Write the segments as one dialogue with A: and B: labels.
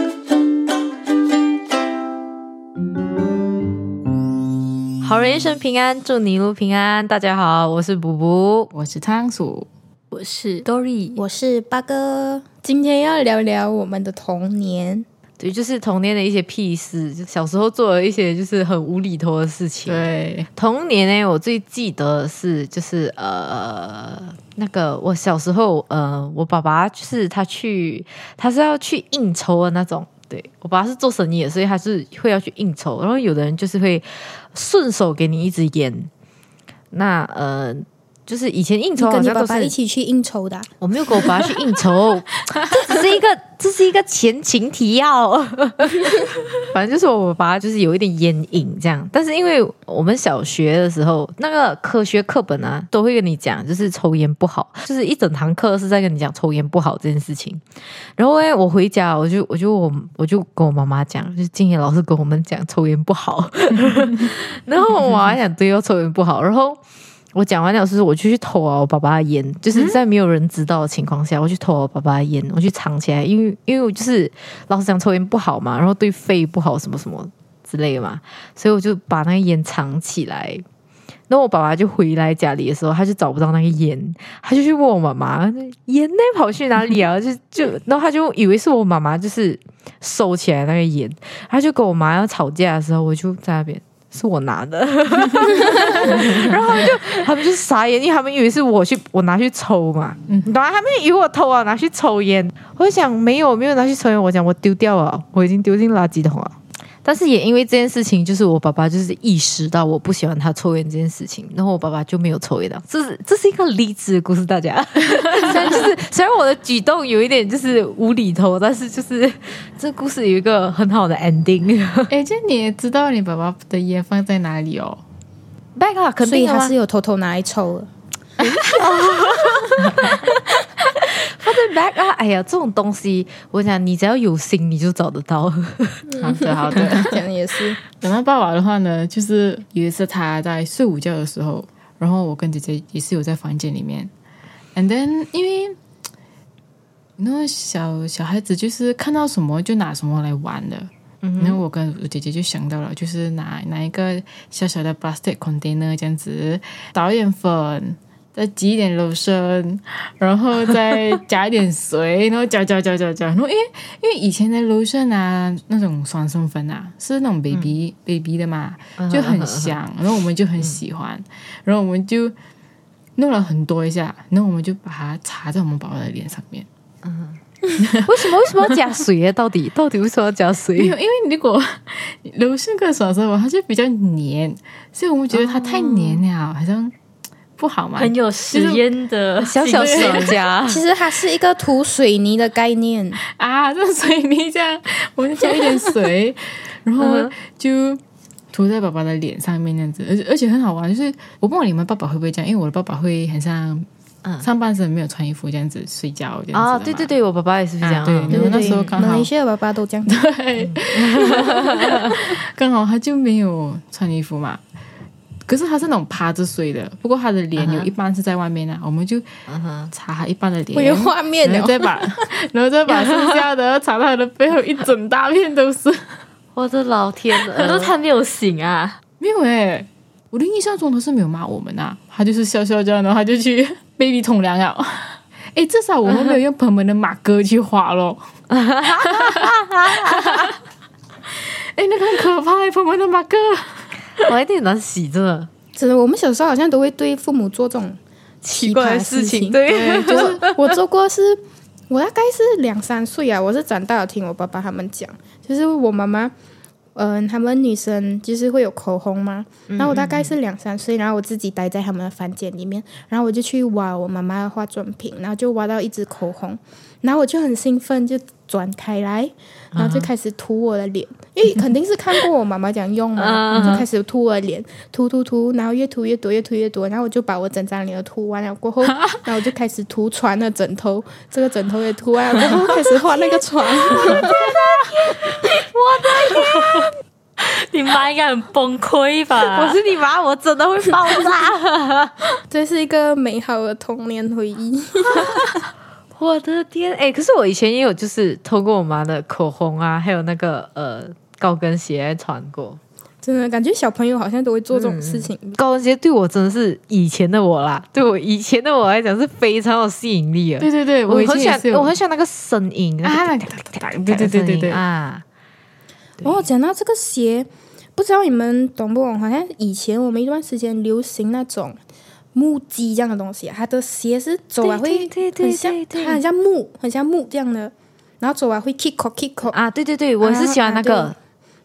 A: 嗯
B: 好人一生平安，祝你一路平安。大家好，我是补补，
C: 我是仓鼠，
B: 我是 Dory。
A: 我是八哥，今天要聊聊我们的童年。
B: 对，就是童年的一些屁事，就小时候做了一些就是很无厘头的事情。
C: 对，
B: 童年呢，我最记得的是就是呃，那个我小时候呃，我爸爸就是他去，他是要去应酬的那种。对我爸爸是做生意的，所以他是会要去应酬，然后有的人就是会顺手给你一支烟。那呃，就是以前应
A: 你
B: 酬好
A: 跟你
B: 像都
A: 爸
B: 是
A: 爸一起去应酬的啊、
B: 我没有跟我爸去应 酬，这只是一个，这是一个前情提要。 反正就是我爸就是有一点烟瘾这样，但是因为我们小学的时候那个科学课本啊，都会跟你讲，就是抽烟不好，就是一整堂课是在跟你讲抽烟不好这件事情。然后哎，我回家我就我就我我就跟我妈妈讲，就是今天老师跟我们讲抽烟不好， 然后我妈妈讲对哦，抽烟不好，然后。我讲完了，是我就去偷啊我爸爸的烟，就是在没有人知道的情况下，我去偷我爸爸的烟，我去藏起来，因为因为我就是老实讲抽烟不好嘛，然后对肺不好什么什么之类的嘛，所以我就把那个烟藏起来。然后我爸爸就回来家里的时候，他就找不到那个烟，他就去问我妈妈烟呢跑去哪里啊？就就然后他就以为是我妈妈就是收起来那个烟，他就跟我妈要吵架的时候，我就在那边是我拿的。然后他们就 他们就傻眼，因为他们以为是我去我拿去抽嘛，
C: 嗯
B: 你懂吗？他们以为我偷啊，拿去抽烟。我就想没有没有拿去抽烟，我讲我丢掉了，我已经丢进垃圾桶啊了。但是也因为这件事情，就是我爸爸就是意识到我不喜欢他抽烟这件事情，然后我爸爸就没有抽烟了。这是这是一个励志的故事，大 家。虽然就是虽然我的举动有一点就是无厘头，但是就是这故事有一个很好的 ending。
C: 哎，这你也知道你爸爸的烟放在哪里哦？
B: 拜卡肯
A: 所以
B: 定
A: 他
B: 啊
A: 是，有偷偷拿来抽的。
B: 他的 back 啊，哎呀，这种东西，我讲你只要有心，你就找得 到。
C: 好的，好的。
A: 讲的也是，
C: 讲到爸爸的话呢，就是有一次他在睡午觉的时候，然后我跟姐姐也是有在房间里面，and then 因为那小小孩子就是看到什么就拿什么来玩的，然后我跟我姐姐就想到了，就是拿拿一个小小的 plastic container 这样子，倒一点粉。再挤一点 lotion，然后再加一点水，然后搅搅搅搅搅，然后因为因为以前的 lotion 啊，那种爽身粉啊，是那种 baby、baby 的嘛，就很香，然后我们就很喜欢，然后我们就弄了很多一下，然后我们就把它擦在我们宝宝的脸上面。
B: 为什么为什么要加水啊？到底到底为什么要加
C: 没
B: 水
C: 有，？因为如果柔顺跟爽身粉，它就比较黏，所以我们觉得它太
B: 哦
C: 黏了，好像不好嘛。
D: 很有实验的
B: 小小
D: 精神
B: 手家，
A: 其实它是一个涂水泥的概念，
C: 啊，这水泥这样，我们就加一点 水，然后
B: 嗯
C: 就涂在爸爸的脸上面那样子，而且而且很好玩，就是我不知道你们爸爸会不会这样，因为我的爸爸会很像
B: 嗯
C: 上半身没有穿衣服这样子睡觉这样子的嘛
B: 啊，对对对，我爸爸也是这样
C: 啊，对
B: 啊，
C: 然后那时候刚
A: 马
C: 好
A: 来西亚爸爸都这样。
C: 对，刚好他就没有穿衣服嘛。可是他是那种趴着睡的，不过他的脸
A: 嗯
C: 有一半是在外面啊我们就擦他一半的脸，
A: 我有画面哦
C: 然
A: 了
C: 后，再 把，然后再把剩下的擦到他的背后，一整大片都是。
B: 我的老天
D: 可是
B: 鹅！
D: 他没有醒啊，
C: 没
A: 欸
C: 有哎、我的印象中他是没有骂我们啊，他就是笑笑这样，然后他就去 baby 桶凉了。哎，至少我们没有用朋友们的马哥去画咯。 哎，那个很可怕、欸，朋友们的马哥。
B: 我还有点难洗，真的
A: 真的，我们小时候好像都会对父母做这种奇葩的事情。
B: 对，
C: 对，就是
A: 我做过是，我大概是两三岁啊，我是长大了听我爸爸他们讲，就是我妈妈，嗯、他们女生就是会有口红嘛，然后我大概是两三岁，然后我自己待在他们的房间里面，然后我就去挖我妈妈的化妆品，然后就挖到一支口红，然后我就很兴奋，就转开来，然后就开始涂我的脸，因为肯定是看过我妈妈讲用嘛，就开始涂我的脸，涂涂涂，然后越涂越多，越涂越多，然后我就把我整张脸都涂完了过 后，然后我就开始涂床的枕头，这个枕头也涂完了过后，开始画那 个床，
D: 你妈应该很崩溃
B: 我
D: 吧？
B: 是你妈，我真的会爆炸！
A: 这是一个美好的童年回忆。
B: 我的天，哎，可是我以前也有就是偷过我妈的口红啊，还有那个呃高跟鞋来穿过，
A: 真的感觉小朋友好像都会做这种
B: 嗯
A: 事情。
B: 高跟鞋对我真的是以前的我啦，对我以前的我来讲是非常有吸引力的。
C: 对对对，
B: 我
C: 以
B: 很
C: 前
B: 喜
C: 也
B: 欢
C: 是，有
B: 我很喜欢那个声音
C: 啊
B: 啊，
C: 那
B: 对
C: 对对对对对
B: 啊，对
A: 哦，讲到这个鞋，不知道你们懂不懂？好像以前我们一段时间流行那种木屐这样的东西啊，它的鞋是走完
B: 啊对
A: 会
B: 对对对
A: 很像，
B: 对对
A: 它很像木，很像木这样的，然后走完会 kick o kick o
B: 啊，对对对，我是喜欢那
A: 啊
B: 个
A: 啊，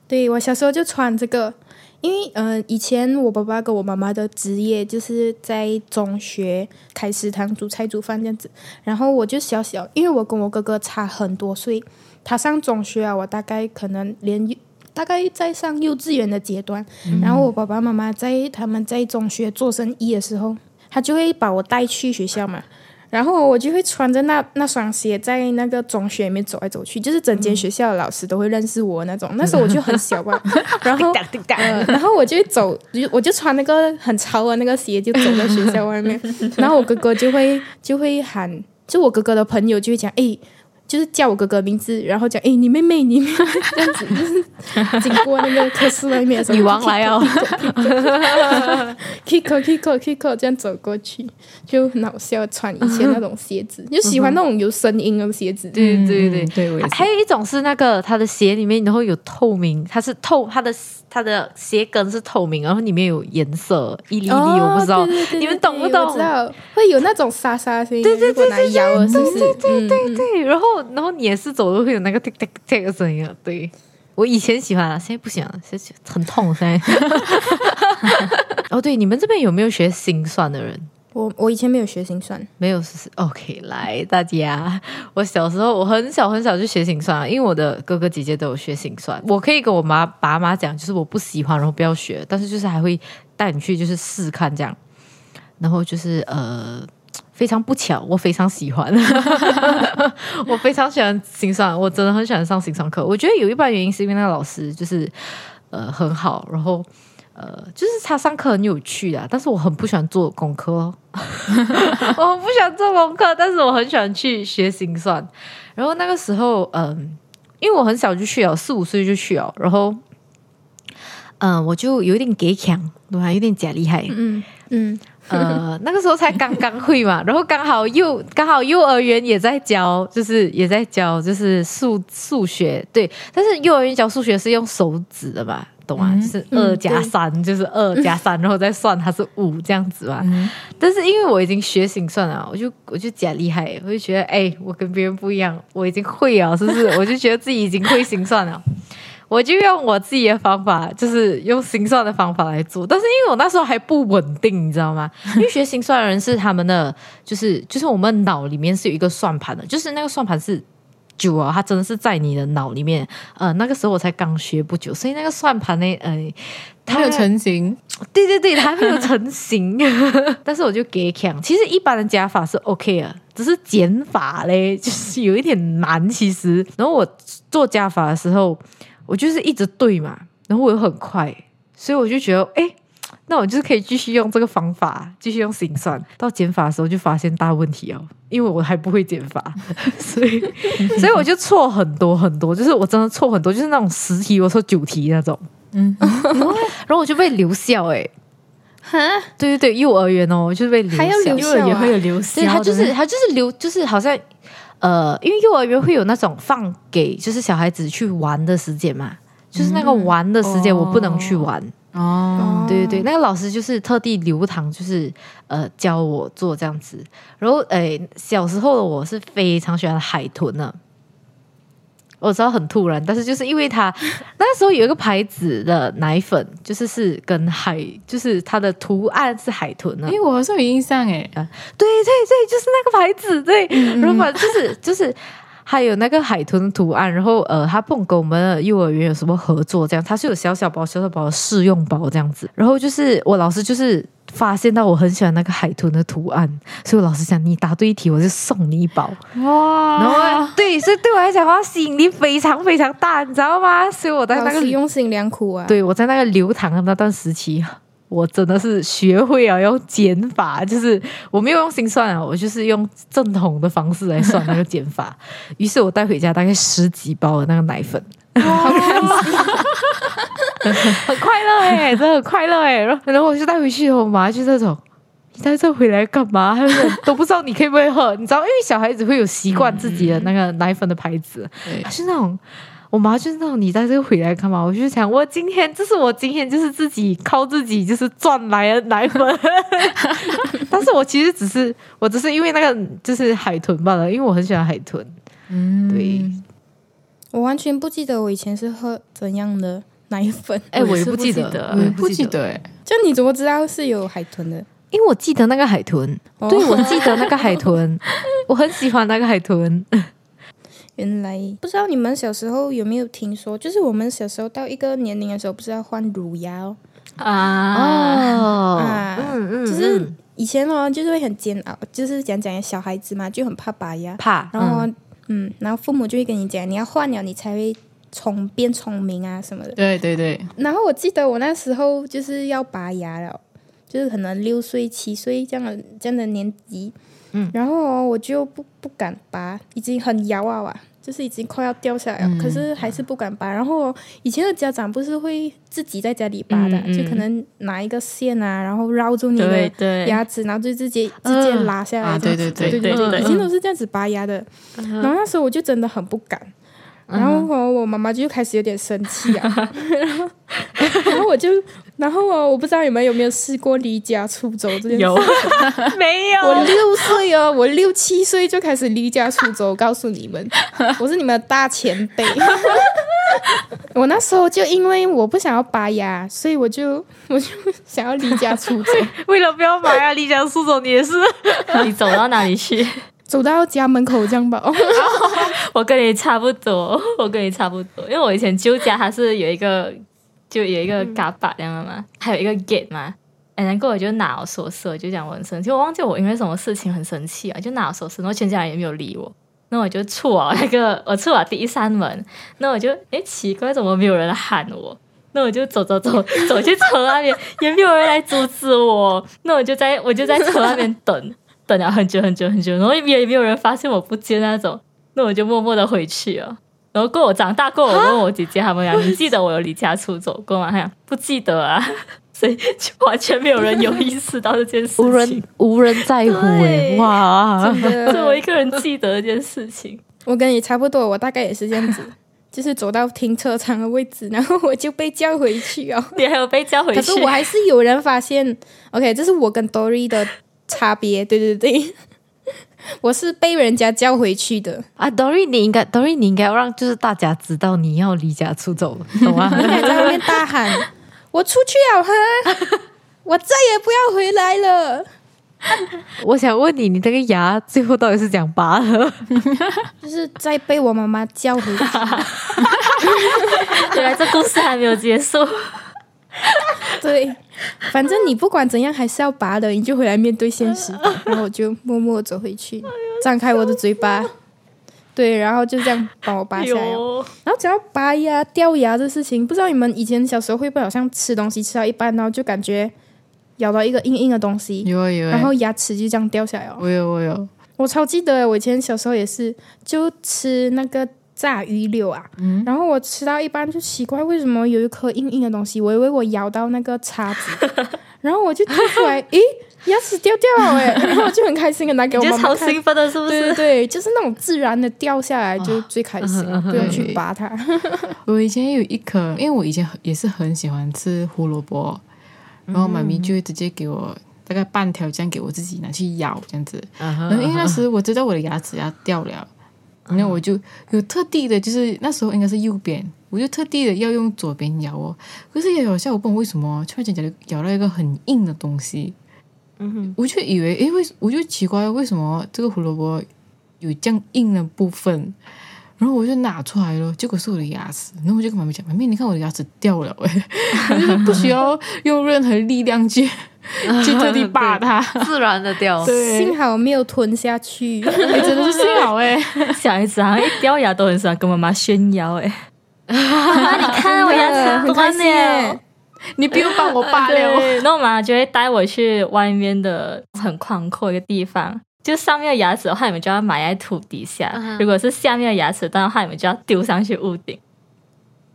A: 对我小时候就穿这个，因为呃，以前我爸爸跟我妈妈的职业就是在中学开食堂煮菜煮饭这样子，然后我就小小，因为我跟我哥哥差很多岁，他上中学啊，我大概可能连幼大概在上幼稚园的阶段，然后我爸爸妈妈在他们在中学做生意的时候，他就会把我带去学校嘛。然后我就会穿着那那双鞋在那个中学里面走来走去，就是整间学校的老师都会认识我那种。那时候我就很小吧，然后
B: 叮当
A: 呃，然后我就走，就我就穿那个很潮的那个鞋，就走在学校外 面。然后我哥哥就会就会喊，就我哥哥的朋友就会讲，哎，就是叫我哥哥名字，然后讲，哎，你妹妹，你妹妹，这样子，就是经过那个课室外面的时 候，
B: 女王来 哦，
A: ，Kiko Kiko Kiko 哦这样走过去，就很好笑，穿以前那种鞋子，就喜欢那种有声音的鞋子。
B: 嗯对对啊对
C: 嗯对我也是
B: 还有一种是那个它的鞋里面然后有透明，它是透它的它的鞋跟是透明，然后里面有颜色一粒一粒，我不知道
A: 哦对对对对
B: 你们懂不
A: 对我
B: 懂
A: 知？道会有那种沙沙的声音，对对对对对对
B: 嗯
A: 对对
B: 对，然后然后你也是走路会有那个 tick tick tick 的声音啊，对。我以前喜欢啊，现在不喜欢了，现在很痛。现在。 哦，对，你们这边有没有学心算的人？
A: 我我以前没有学心算，
B: 没有是是 OK，来大家，我小时候我很小很小就学心算了，因为我的哥哥姐姐都有学心算，我可以跟我妈爸妈讲，就是我不喜欢，然后不要学，但是就是还会带你去就是试看这样，然后就是呃。非常不巧，我非常喜欢，我非常喜欢心算，我真的很喜欢上心算课。我觉得有一半原因是因为那个老师就是呃很好，然后呃就是他上课很有趣啊，但是我很不喜欢做功课哦。 我不想做功课，但是我很喜欢去学心算。然后那个时候，嗯，因为我很小就去了，四五岁就去了，然后，嗯，我就有一点给强，对吧？有点假厉害，
A: 嗯嗯，
B: 呃，那个时候才刚刚会嘛，然后刚好幼刚好幼儿园也在教，就是也在教就是数数学，对，但是幼儿园教数学是用手指的嘛，懂吗？就是二加三、就是二加三，然后再算它是五这样子嘛。但是因为我已经学心算了，我就我就假厉害，我就觉得哎、我跟别人不一样，我已经会了，是不 是？我就觉得自己已经会心算了。我就用我自己的方法，就是用心算的方法来做。但是因为我那时候还不稳定，你知道吗？因为学心算的人是他们的，就是就是我们脑里面是有一个算盘的，就是那个算盘是。久啊，它真的是在你的脑里面。呃，那个时候我才刚学不久，所以那个算盘呢，呃，它
C: 它有成型，
B: 对对对，它还没有成型。但是我就给强，其实一般的加法是 OK 啊，只是减法嘞，就是有一点难。其实，然后我做加法的时候，我就是一直对嘛，然后我又很快，所以我就觉得，哎，那我就是可以继续用这个方法，继续用心算。到减法的时候就发现大问题哦，因为我还不会减法， 所以所以我就错很多很多，就是我真的错很多，就是那种十题我错九题那种。
C: 嗯，
B: 然后我就被留校哎、
A: 哈，
B: 对对对，幼儿园哦，我就是被留校，
A: 还要留
C: 幼儿园会有流
B: 啊对
C: 行，
B: 他就是他就是留，就是好像呃，因为幼儿园会有那种放给就是小孩子去玩的时间嘛，就是那个玩的时间
C: 哦
B: 我不能去玩，
C: 哦，
B: 对对对，那个老师就是特地留堂，就是呃教我做这样子。然后诶、小时候的我是非常喜欢海豚的、我知道很突然，但是就是因为它 那时候有一个牌子的奶粉，就是是跟海，就是它的图案是海豚的、
C: 哎，我好像有印象哎，
B: 对对对，就是那个牌子，对，
A: 嗯
B: 然后反正就是就是。还有那个海豚的图案，然后呃，他不懂跟我们的幼儿园有什么合作，这样他是有小小包、小小包的试用包这样子。然后就是我老师就是发现到我很喜欢那个海豚的图案，所以我老师讲你答对一题我就送你一包。
C: 哇，
B: 然后啊对，所以对我来讲的话，吸引力非常非常大，你知道吗？所以我在
A: 老
B: 那个
A: 师用心良苦啊。
B: 对我在那个流堂的那段时期，我真的是学会了用减法，就是我没有用心算啊，我就是用正统的方式来算那个减法。 于是我带回家大概十几包的那个奶粉，
A: 好开心，
B: 很快乐哎、真的很快乐哎、然后然后我就带回去，我妈就那种。你带这回来干嘛？她就说都不知道你可以不可以喝，你知道，因为小孩子会有习惯自己的那个奶粉的牌子，
C: 对
B: 她啊是那种，我妈就是那种，你带这个回来干嘛？我就想，我今天这是我今天就是自己靠自己就是赚来的奶粉， 但是我其实只是我只是因为那个就是海豚罢了，因为我很喜欢海豚，
C: 嗯，
B: 对，
A: 我完全不记得我以前是喝怎样的奶粉，
B: 哎、
D: 我
B: 我也
D: 也是
B: 不
D: 不
B: 记
D: 记
B: 得
D: 得，
B: 我也
C: 不记得哎，
A: 就你怎么知道是有海豚的？
B: 因为我记得那个海豚，
A: 哦
B: 对我记得那个海豚，我很喜欢那个海豚。
A: 原来不知道你们小时候有没有听说，就是我们小时候到一个年龄的时候，不是要换乳牙哦。
D: 啊，
B: 哦
A: 啊
B: 嗯
A: 就是以前哦，就是会很煎熬，就是讲讲小孩子嘛，就很怕拔牙，
B: 怕，
A: 然后嗯然后父母就会跟你讲，你要换了，你才会聪变聪明啊什么的。
C: 对对对，
A: 然后我记得我那时候就是要拔牙了，就是可能六岁、七岁这样的这样的年纪，
B: 嗯，
A: 然后哦我就不不敢拔，已经很摇啊哇，就是已经快要掉下来了，
D: 嗯
A: 可是还是不敢拔。然后哦以前的家长不是会自己在家里拔的，
D: 嗯嗯
A: 就可能拿一个线啊，然后绕住你
D: 对
A: 的
D: 对，嗯
A: 牙齿，然后就直接直接拉下来
C: 啊
A: 这样子、
C: 对对
A: 对
D: 对嗯
A: 对
D: 对对
A: 以前都是这样子拔牙的。然后那时候我就真的很不敢，
D: 嗯
A: 然后我我妈妈就开始有点生气啊， 然后然后我就，然后哦，我不知道你们有没有试过离家出走这件事。
D: 有没有？
A: 我六岁哦，我六七岁就开始离家出走，告诉你们， 我是你们的大前辈。 我那时候就因为我不想要拔牙，所以我就 我就想要离家出走。
B: 为了不要买啊，丽江苏总你也是，
D: 你走到哪里去？
A: 走到家门口这样吧。 哦，
D: 我跟你差不多，我跟你差不多，因为我以前旧家它是有一个，就有一个嘎巴这样的嘛，还有一个 gate 嘛。哎，然后我就拿我锁匙，我就讲我很生气，我忘记我因为什么事情很生气啊，就拿我锁匙，然后全家人也没有理我，那我就错啊那个，我错啊第一扇门，那我就哎奇怪，怎么没有人喊我？那我就走走走 走去车那边，也没有人来阻止我，那我就在我就在车那边等，等了很久很久很久，然后也没有也没有人发现我不见那种，那我就默默的回去了。然后过我长大过后，我问我姐姐他们俩，你记得我有离家出走过吗？她讲不记得啊， 所以就完全没有人有意识到这件事情，
B: 无人无人在乎哎，
D: 对
B: 哇，
D: 只有我一个人记得这件事情。
A: 我跟你差不多，我大概也是这样子，就是走到停车场的位置，然后我就被叫回去哦。
D: 你还有被叫回去？
A: 可是我还是有人发 现，OK，这是我跟 Dory 的差别， 对对对，我是被人家叫回去的，
B: 啊，Dory 你应该，Dory 你应该要让就是大家知道你要离家出走，懂 吗？
A: 应该在外面大喊：“我出去了哈， 我再也不要回来了。
B: 我想问你，你这个牙最后到底是讲拔了？”
A: 就是再被我妈妈叫回 去，
D: 原来这故事还没有结 束。
A: 对，反正你不管怎样还是要拔的，你就回来面对现实吧。 然后我就默默地走回去，张开我的嘴巴，对，然后就这样帮我拔下来哦。
D: 哟
A: 然后只要拔牙、掉牙这事情，不知道你们以前小时候会不会好像吃东西吃到一半，然后就感觉咬到一个硬硬的东西，
C: 有啊有啊，
A: 然后牙齿就这样掉下来哦。
C: 我有我有，
A: 我超记得，我以前小时候也是，就吃那个炸鱼柳啊，
D: 嗯
A: 然后我吃到一半就奇怪，为什么有一颗硬硬的东西？我以为我咬到那个叉 子，然后我就吐出来，诶，牙齿掉掉 了诶，欸然后我就很开心的拿给
D: 你
A: 我
D: 就
A: 妈
D: 超
A: 妈看。
D: 兴奋的，是不
A: 对对
D: 是？
A: 对，就是那种自然的掉下来就最开
D: 嗯
A: 心，不用去拔它。
C: 我以前有一颗，因为我以前很也是很喜欢吃胡萝卜，然后妈咪就会直接给我大概半条这样给我自己拿去咬这样子。
B: 啊
C: 然后因为那时我知道我的牙齿要掉了，然后我就有特地的，就是那时候应该是右边，我就特地的要用左边咬哦。可是咬咬下，我不懂为什么，突然间咬到咬到一个很硬的东西，嗯，我就以为诶，为我就奇怪为什么这个胡萝卜有这样硬的部分。然后我就拿出来了，结果是我的牙齿。然后我就跟妈咪讲：“妈咪，你看我的牙齿掉了、 欸，我就是不需要用任何力量 去去特地拔它。
B: 自然的掉，
C: 哦对，
A: 幸好没有吞下 去。
C: 哎真的是幸好哎、
D: 小孩子好像一掉牙都很喜欢跟妈妈炫耀，哎，妈妈你看 我牙齿
A: 很
D: 断
A: 开心
D: 了
A: 耶。
C: 你不用帮我拔
B: 啊
C: 了。
D: 对，然后我妈就会带我去外面的很宽阔一个地方，就上面的牙齿的话，你们就要埋在土底下；
A: 嗯
D: 如果是下面的牙齿的话，你们就要丢上去屋顶。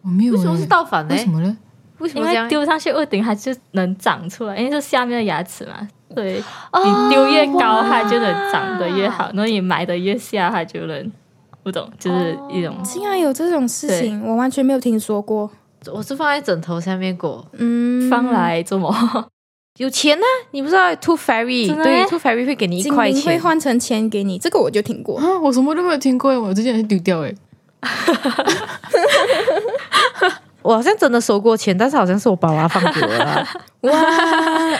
C: 我没有、哎
B: 为什么是？倒反呢
C: 为？什么呢？
B: 为什
D: 因
B: 么这
D: 为
B: 样？
D: 丢上去屋顶它就能长出来，因为是下面的牙齿嘛，所以
B: 哦
D: 你丢越高它就
B: 哇
D: 能长得越好，然后你埋得越下它就能，不懂，就是一种
A: 竟然有这种事情，我完全没有听说过。
B: 我是放在枕头下面过，
A: 嗯，
D: 放来做么？
B: 有钱呢、啊你不知道 Tooth Fairy
D: 真的
B: 对
D: 咩
B: Tooth Fairy 啊会给你一
A: 精
B: 块
A: 灵会
B: 钱，
A: 换成钱给你，这个我就 听过。
C: 啊，我什么都没有听过，我之前是丢掉哎。
B: 我好像真的收过钱，但是好像是我爸爸放给我的 啦。
A: 哇，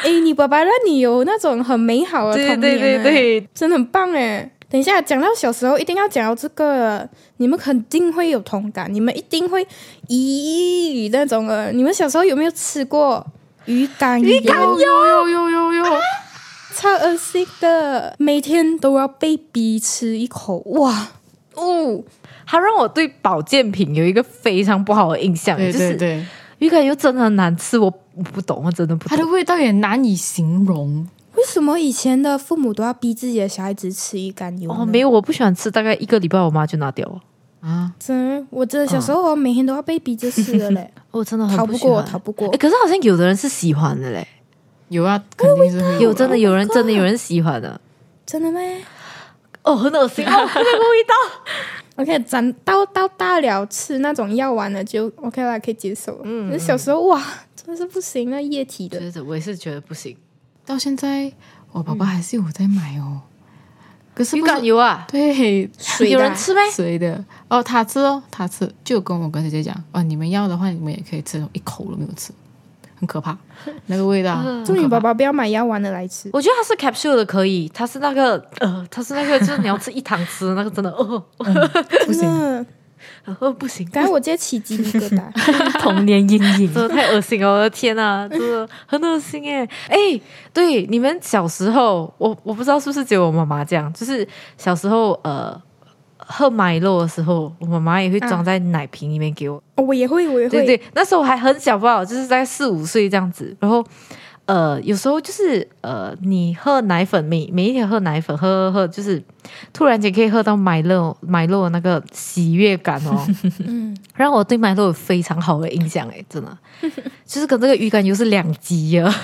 A: 哎，你爸爸让你有那种很美好的
B: 对
A: 童年，哎
B: 对对，对，
A: 真的很棒哎。等一下，讲到小时候，一定要讲到这个，你们肯定会有同感，你们一定会咦那种的。你们小时候有没有吃过鱼肝油？鱼
C: 有有有有有，
A: 超恶心的，每天都要被逼吃一口，哇！哦，
B: 它让我对保健品有一个非常不好的印象，
C: 对对
B: 就是
C: 对，
B: 鱼肝油真的很难吃，我我不懂，我真的不
C: 它的
B: 懂。
C: 味道也难以形容。
A: 为什么以前的父母都要逼自己的小孩子吃鱼肝油？
B: 哦，没
A: 有，
B: 有，我不喜欢吃，大概一个礼拜我妈就拿掉了。
C: 啊，
A: 真的我真的小时候每天都要被逼着吃 的嘞，
B: 我哦真的很
A: 逃
B: 不
A: 不
B: 喜
A: 过，
B: 欢。
A: 逃不过
B: 诶。可是好像有的人是喜欢的嘞，
C: 有啊，肯定是会
B: 有真的有人
A: God
B: 真的有人喜欢的，
A: 真的吗
B: 哦，很恶心哦，那个味道。
A: ？OK，长到到大了吃那种药丸的就 OK 啦，可以接受。嗯，小时候哇，真的是不行，那液体的。
B: 就是我也是觉得不行，
C: 到现在，我爸爸还是有在买哦。可是
B: 鱼
C: 不
B: 肝
C: 是
B: 油啊，
C: 对
A: 水
B: 有
A: 的啊
B: 人吃呗。
C: 谁的哦，他吃哦，他吃，就跟我跟姐姐讲哦，你们要的话，你们也可以吃，一口都没有吃，很可怕，那个味 道。
A: 祝你爸爸不要买药丸的来吃。
B: 我觉得它是 capsule 的可以，它是那个呃，它是那个就是你要吃一汤匙的那个真的哦，
C: 不行
A: 真的，
B: 哦哦不行，
A: 刚才我直接起鸡皮疙瘩。
D: 童年阴影。
B: 真的太恶心了，我的天呐，真的很恶心哎哎，对，你们小时候，我我不知道是不是只有我妈妈这样，就是小时候呃喝奶酪的时候，我妈妈也会装在奶瓶里面给我，
A: 哦我也会，我也会。
B: 对对，那时候我还很小吧，就是在四五岁这样子。然后，呃，有时候就是呃，你喝奶粉，每每一天喝奶粉，喝喝喝，就是突然间可以喝到买乐买乐的那个喜悦感哦，
A: 嗯，
B: 让我对买乐有非常好的印象哎，真的，就是跟这个鱼肝油是两极啊。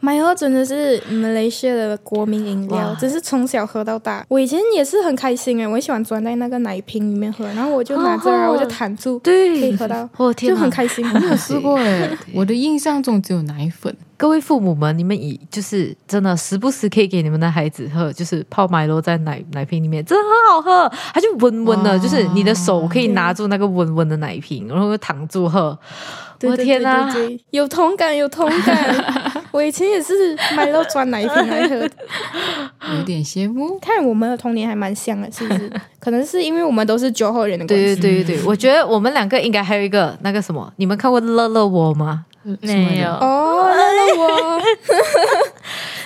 A: 麦乐真的是马来西亚的国民饮料
B: 哇，
A: 真是从小喝到大。我以前也是很开心诶，欸我很喜欢钻在那个奶瓶里面喝，然后我就拿着，
B: 哦
A: 然后我就弹住，可以
B: 对，
A: 喝到，
B: 我的天
A: 就
B: 哪，
A: 很开心。
C: 没有 吃过哎，我的印象中只有奶粉。
B: 各位父母们，你们以就是真的时不时可以给你们的孩子喝，就是泡麦露在奶奶瓶里面，真的很好喝，它就温温的，
C: 哇
B: 就是你的手可以拿住那个温温的奶瓶，然后又躺住喝。
A: 对
B: 我的
A: 对
B: 哦天
A: 对
B: 哪
A: 对对，有同感，有同感。 我以前也是麦乐钻奶瓶来喝，
C: 有点羡慕。
A: 看我们的童年还蛮像的，是 不是？可能是因为我们都是酒后人的关
B: 对
A: 系。
B: 对对对对，我觉得我们两个应该还有一个那个什么，你们看过《乐乐窝》吗？
C: 嗯
D: 没有，
A: 哦，那 我，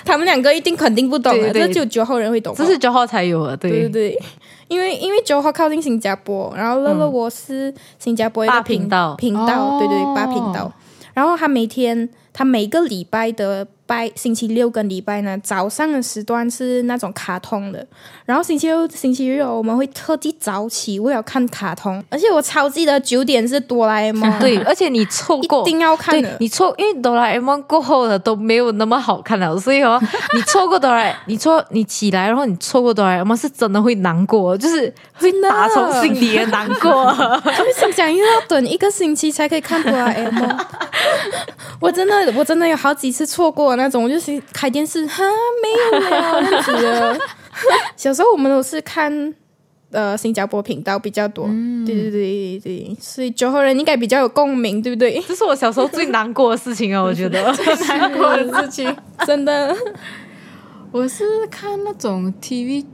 A: 他们两个一定肯定不懂
B: 对
A: 的，
B: 对
A: 这只有酒后人会懂哦。
B: 这是九号才有的，
A: 对
B: 对
A: 对对， 因为因为九号靠近新加坡，然后乐乐我是新加坡一
B: 嗯八
A: 个
B: 频道
A: 频道，
C: 哦
A: 对对八频道。然后他每天，他每个礼拜的拜星期六跟礼拜呢，早上的时段是那种卡通的，然后星期六、星期日哦我们会特地早起，为了看卡通，而且我超记得九点是哆啦 A 梦，
B: 对，而且你错
A: 一
B: 过。
A: 定要看
B: 对
A: 的。
B: 你错，因为哆啦 A 梦过后的都没有那么好看了，所以 哦，你错过哆啦，你错你起来，然后你错过哆啦 A 梦，是真的会难过，就是会
A: 真的
B: 打从心里的难 过。
A: 就是心想又要等一个星期才可以看哆啦 A 梦。 我真的，我真的有好几次错过那种，我就是开电视，哈，没有了，这样子的。 小时候我们都是看呃新加坡频道比较多，
C: 嗯
A: 对对对对对，所以九号人应该比较有共鸣，对不对？
B: 这是我小时候最难过的事情哦，我觉得。
C: 难 过的事情。
A: 真的，
C: 我是看那种 TV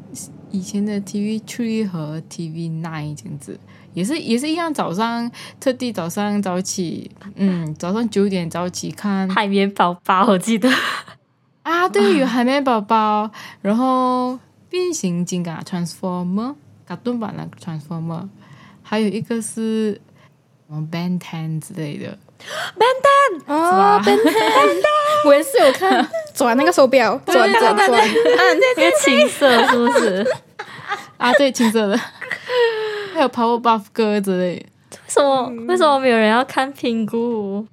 C: 以前的 TV Three 和 TV Nine 这样子，也是也是一样，早上特地早上早起，嗯，早上九点早起看
D: 海绵宝宝，我记得
C: 啊，对，有海绵宝宝，然后变形金刚 Transformer 卡顿版的 Transformer，还有一个是什么 Ben Ten 之类的，
A: 哦，真 的，我也是有看，转那个手表，转转转，按
D: 那个青色是不是？为
C: 啊，对，青色 的，还
D: 嗯
C: 有 Powerpuff 哥之类的。
D: 什么为什么没有人要看评估？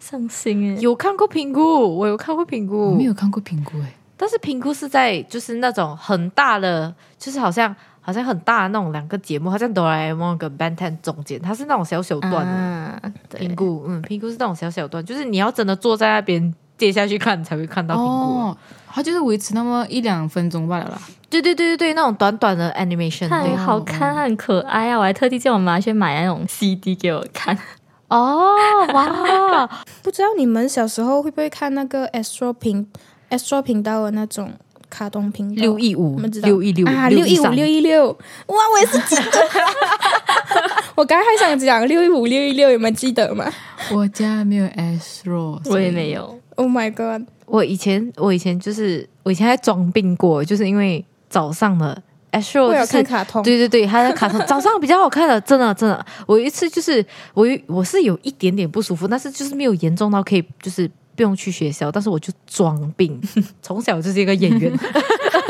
D: 伤心哎。
B: 有看过评估，我有看过评
C: 我
B: 估，
C: 没有看过评估哎、
B: 但是评估是在就是那种很大的，就是好像好像很大的那种两个节目，好像哆啦 A 梦跟 Ben Ten 中间，它是那种小小段的
D: 啊，对
B: 评，估，嗯，评估是那种小小段，就是你要真的坐在那边接下去看，你才会看到评估。
C: 哦，它就是维持那么一两分钟罢了啦。
B: 对对对对对，那种短短的 animation，
D: 它
B: 对
D: 很
A: 哦
D: 好看，它很可爱啊！我还特地叫我妈去买那种 CD 给我看。
B: 哦，哇，
A: 不知道你们小时候会不会看那个 Astro 频 Astro 频道的那种卡通频道？
B: 六一五
A: 你们知，道
B: 六一六，
A: 啊，六一五
B: 三
A: 六一六，哇，我也是记得。 我刚才还想讲六一五六一六，你们记得吗
C: 我家没有 S Roll，
D: 我也没有，
A: ？Oh my god！
B: 我以前我以前就是我以前还装病过，就是因为早上的 Astro
A: 我有
B: 哦就
A: 看
B: 是
A: 卡通，
B: 对对对，他的卡通早上比较好看的，真的真的。我有一次就是我有我是有一点点不舒服，但是就是没有严重到可以就是不用去学校，但是我就装 病，从小就是一个演员，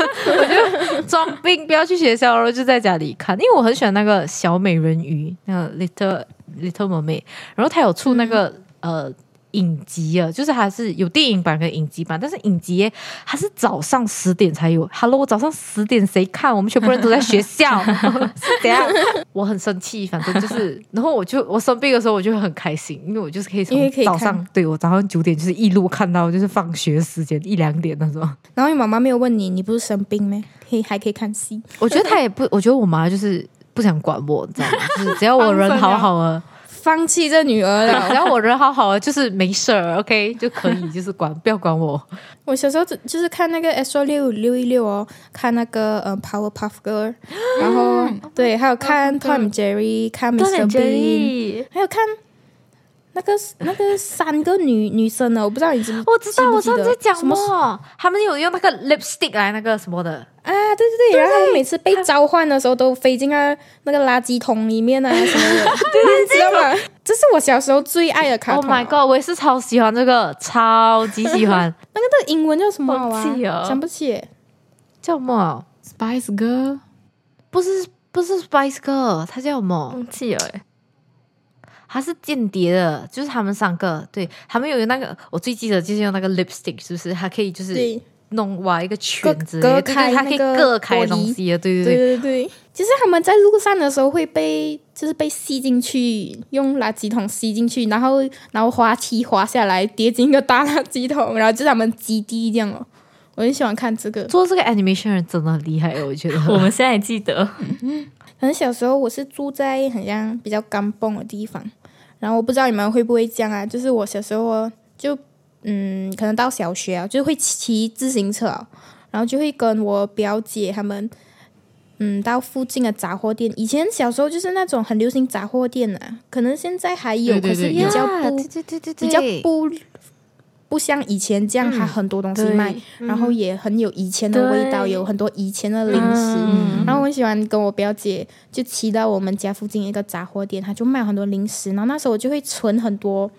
B: 我就装病不要去学校，然后就在家里看，因为我很喜欢那个小美人鱼，那个 Little Little Mermaid，然后他有出那个、呃。影集啊，就是还是有电影版跟影集版，但是影集耶它是早上十点才有。Hello，早上十点谁看？我们全部人都在学 校，是怎样？我很生气，反正就是，然后我就我生病的时候我就会很开心，因为我就是可以
A: 因
B: 从
A: 为可以
B: 早
A: 看
B: 上对我早上九点就是一路看到就是放学时间一两点那种。
A: 然后你妈妈没有问你，你不是生病吗？可以还可以看戏，
B: 我觉得他也不，我觉得我妈就是不想管我，你知道吗？就是只要我人好好啊的，
A: 放弃这女 儿了。
B: 只要我人好好的，就是没事儿，OK 就可以，就是管不要管我。
A: 我小时候只就是看那个 S O 六六一六哦，看那个嗯 Powerpuff Girl，然后
B: 嗯
A: 对，还有看 Tom and Jerry，看 Mr. Bean，还有看那个那个三个女女生啊呢，我不知道你知不
B: 我知道，
A: 记
B: 我
A: 不
B: 知
A: 记
B: 道你
A: 得
B: 在讲
A: 什么
B: 么，他们有用那个 lipstick 来那个什么的，
A: 啊，对对对，然后他们每次被召唤的时候都飞进那那个垃圾桶里面 啊什么的，你知道吗？这是我小时候最爱的卡
B: Oh
A: 通、啊
B: my god！我也是超喜欢这个，超级喜 欢，
A: 那个那个英文叫什么啊
D: 忘记了？
A: 想不起耶。
B: 叫什么？
C: Spice Girl，
B: 不是不是 Spice Girl，它叫什么？
D: 忘记了哎，
B: 它是间谍的，就是他们三个，对他们有那个，我最记得就是用那个 lipstick，是不是？它可以就是
A: 对
B: 弄挖一个圈
A: 割
B: 子，对
A: 割
B: 对
A: 开
B: 它可以
A: 那个
B: 割开
A: 玻璃
B: 东西的，对
A: 对
B: 对对。
A: 对对，其实他们在路上的时候会被，就是被吸进去，用垃圾桶吸进去，然后然后滑梯滑下来，跌进一个大垃圾桶，然后就是他们基地这样哦。我很喜欢看这个，
B: 做这个 animation 人真的很厉害， 我觉得。
D: 我们现在还 记得，
A: 可能小时候我是住在很像比较干蹦的地方，然后我不知道你们会不会这样啊？就是我小时候哦就嗯，可能到小学啊，就会骑自行车啊，然后就会跟我表姐他们嗯到附近的杂货店。以前小时候就是那种很流行杂货店啊，可能现在还有，
C: 对对对
A: 可是比较
B: 呀
A: 不
B: 对对对对啊对，
A: 比较不不像以前这样，
B: 嗯
A: 它很多东西
D: 对
A: 卖，
C: 嗯
A: 然后也很有以前的味道，
D: 对
A: 有很多以前的零食。
D: 嗯
A: 然后我很喜欢跟我表姐就骑到我们家附近一个杂货店，她就卖很多零食，然后那时候我就会存很多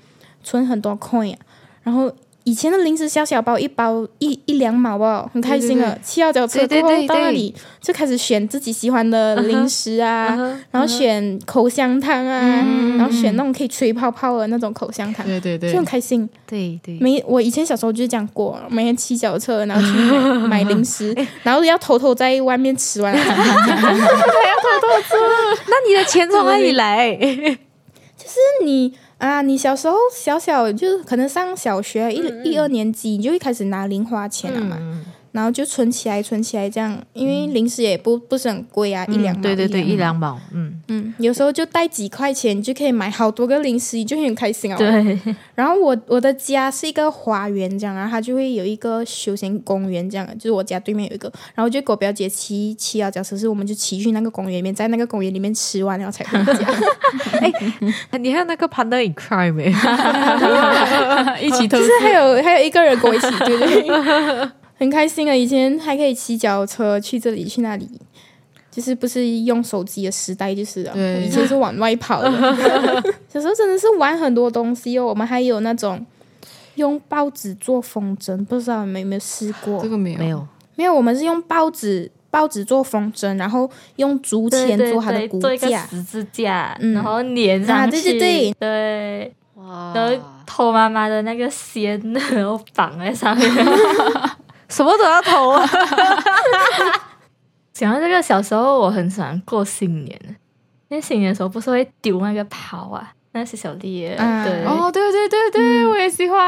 A: 存很多 coin，、啊、然后。以前的零食小小包一包一一两毛吧，很开心
C: 对
A: 啊！骑到脚车
B: 对对
A: 过后
B: 对
A: 到那
B: 对
A: 里就开始选自己喜欢的零食啊，
B: 嗯
A: 然后选口香糖啊，然后选那种可以吹泡泡的那种口香糖，
C: 对对
A: 就
C: 嗯对
A: 很，开心。
B: 对对，
A: 每我以前小时候就是这样过，每天骑脚车，然后去买买零食，然后要偷偷在外面吃完了才回家。
B: 那你的钱从哪里来？
A: 就是你啊，你小时候小小就是可能上小学一、
B: 嗯
A: 一二年级，你就会开始拿零花钱了嘛，然后就存起来，存起来这样，因为零食也不不是很贵啊，一两毛
B: 嗯对对对，
A: 一
B: 一
A: 两
B: 两毛，嗯，
A: 嗯，有时候就带几块钱，你就可以买好多个零食，你就很 开心哦。
D: 对，
A: 然后我我的家是一个花园这样，然后它就会有一个休闲公园这样，就是我家对面有一个，然后就跟我表姐骑骑啊脚车，是我们就骑去那个公园里面，在那个公园里面吃完然后才回家。
B: 你还有那个 Panda in Crime 哎，
C: 一起偷
A: 就是还有还有一个人跟我一起，对对对，很开心啊！以前还可以骑脚车去这里去那里，就是不是用手机的时代就是了。
C: 对
A: 我以前是往外跑 的，小时候真的是玩很多东西哦。我们还有那种用报纸做风筝，不知道你们有没有试过
C: 这？个没 有
B: 没有，
A: 没有，我们是用报纸报纸做风筝，然后用竹
D: 对
A: 签
D: 对
A: 做它的
D: 对，
A: 骨
D: 做一个
A: 架。
D: 十字架，
A: 嗯
D: 然后粘上
A: 啊
D: 去，
A: 对对对
D: 对
B: 哇
D: 然后偷妈妈的那个 线，然后绑在 上面。
B: 什么都要投 啊！
D: 讲到这个，小时候我很喜欢过新年，因为新年的时候不是会丢那个炮啊，那是小弟耶，
A: 嗯
D: 对。
C: 哦，对对对对，我也喜欢。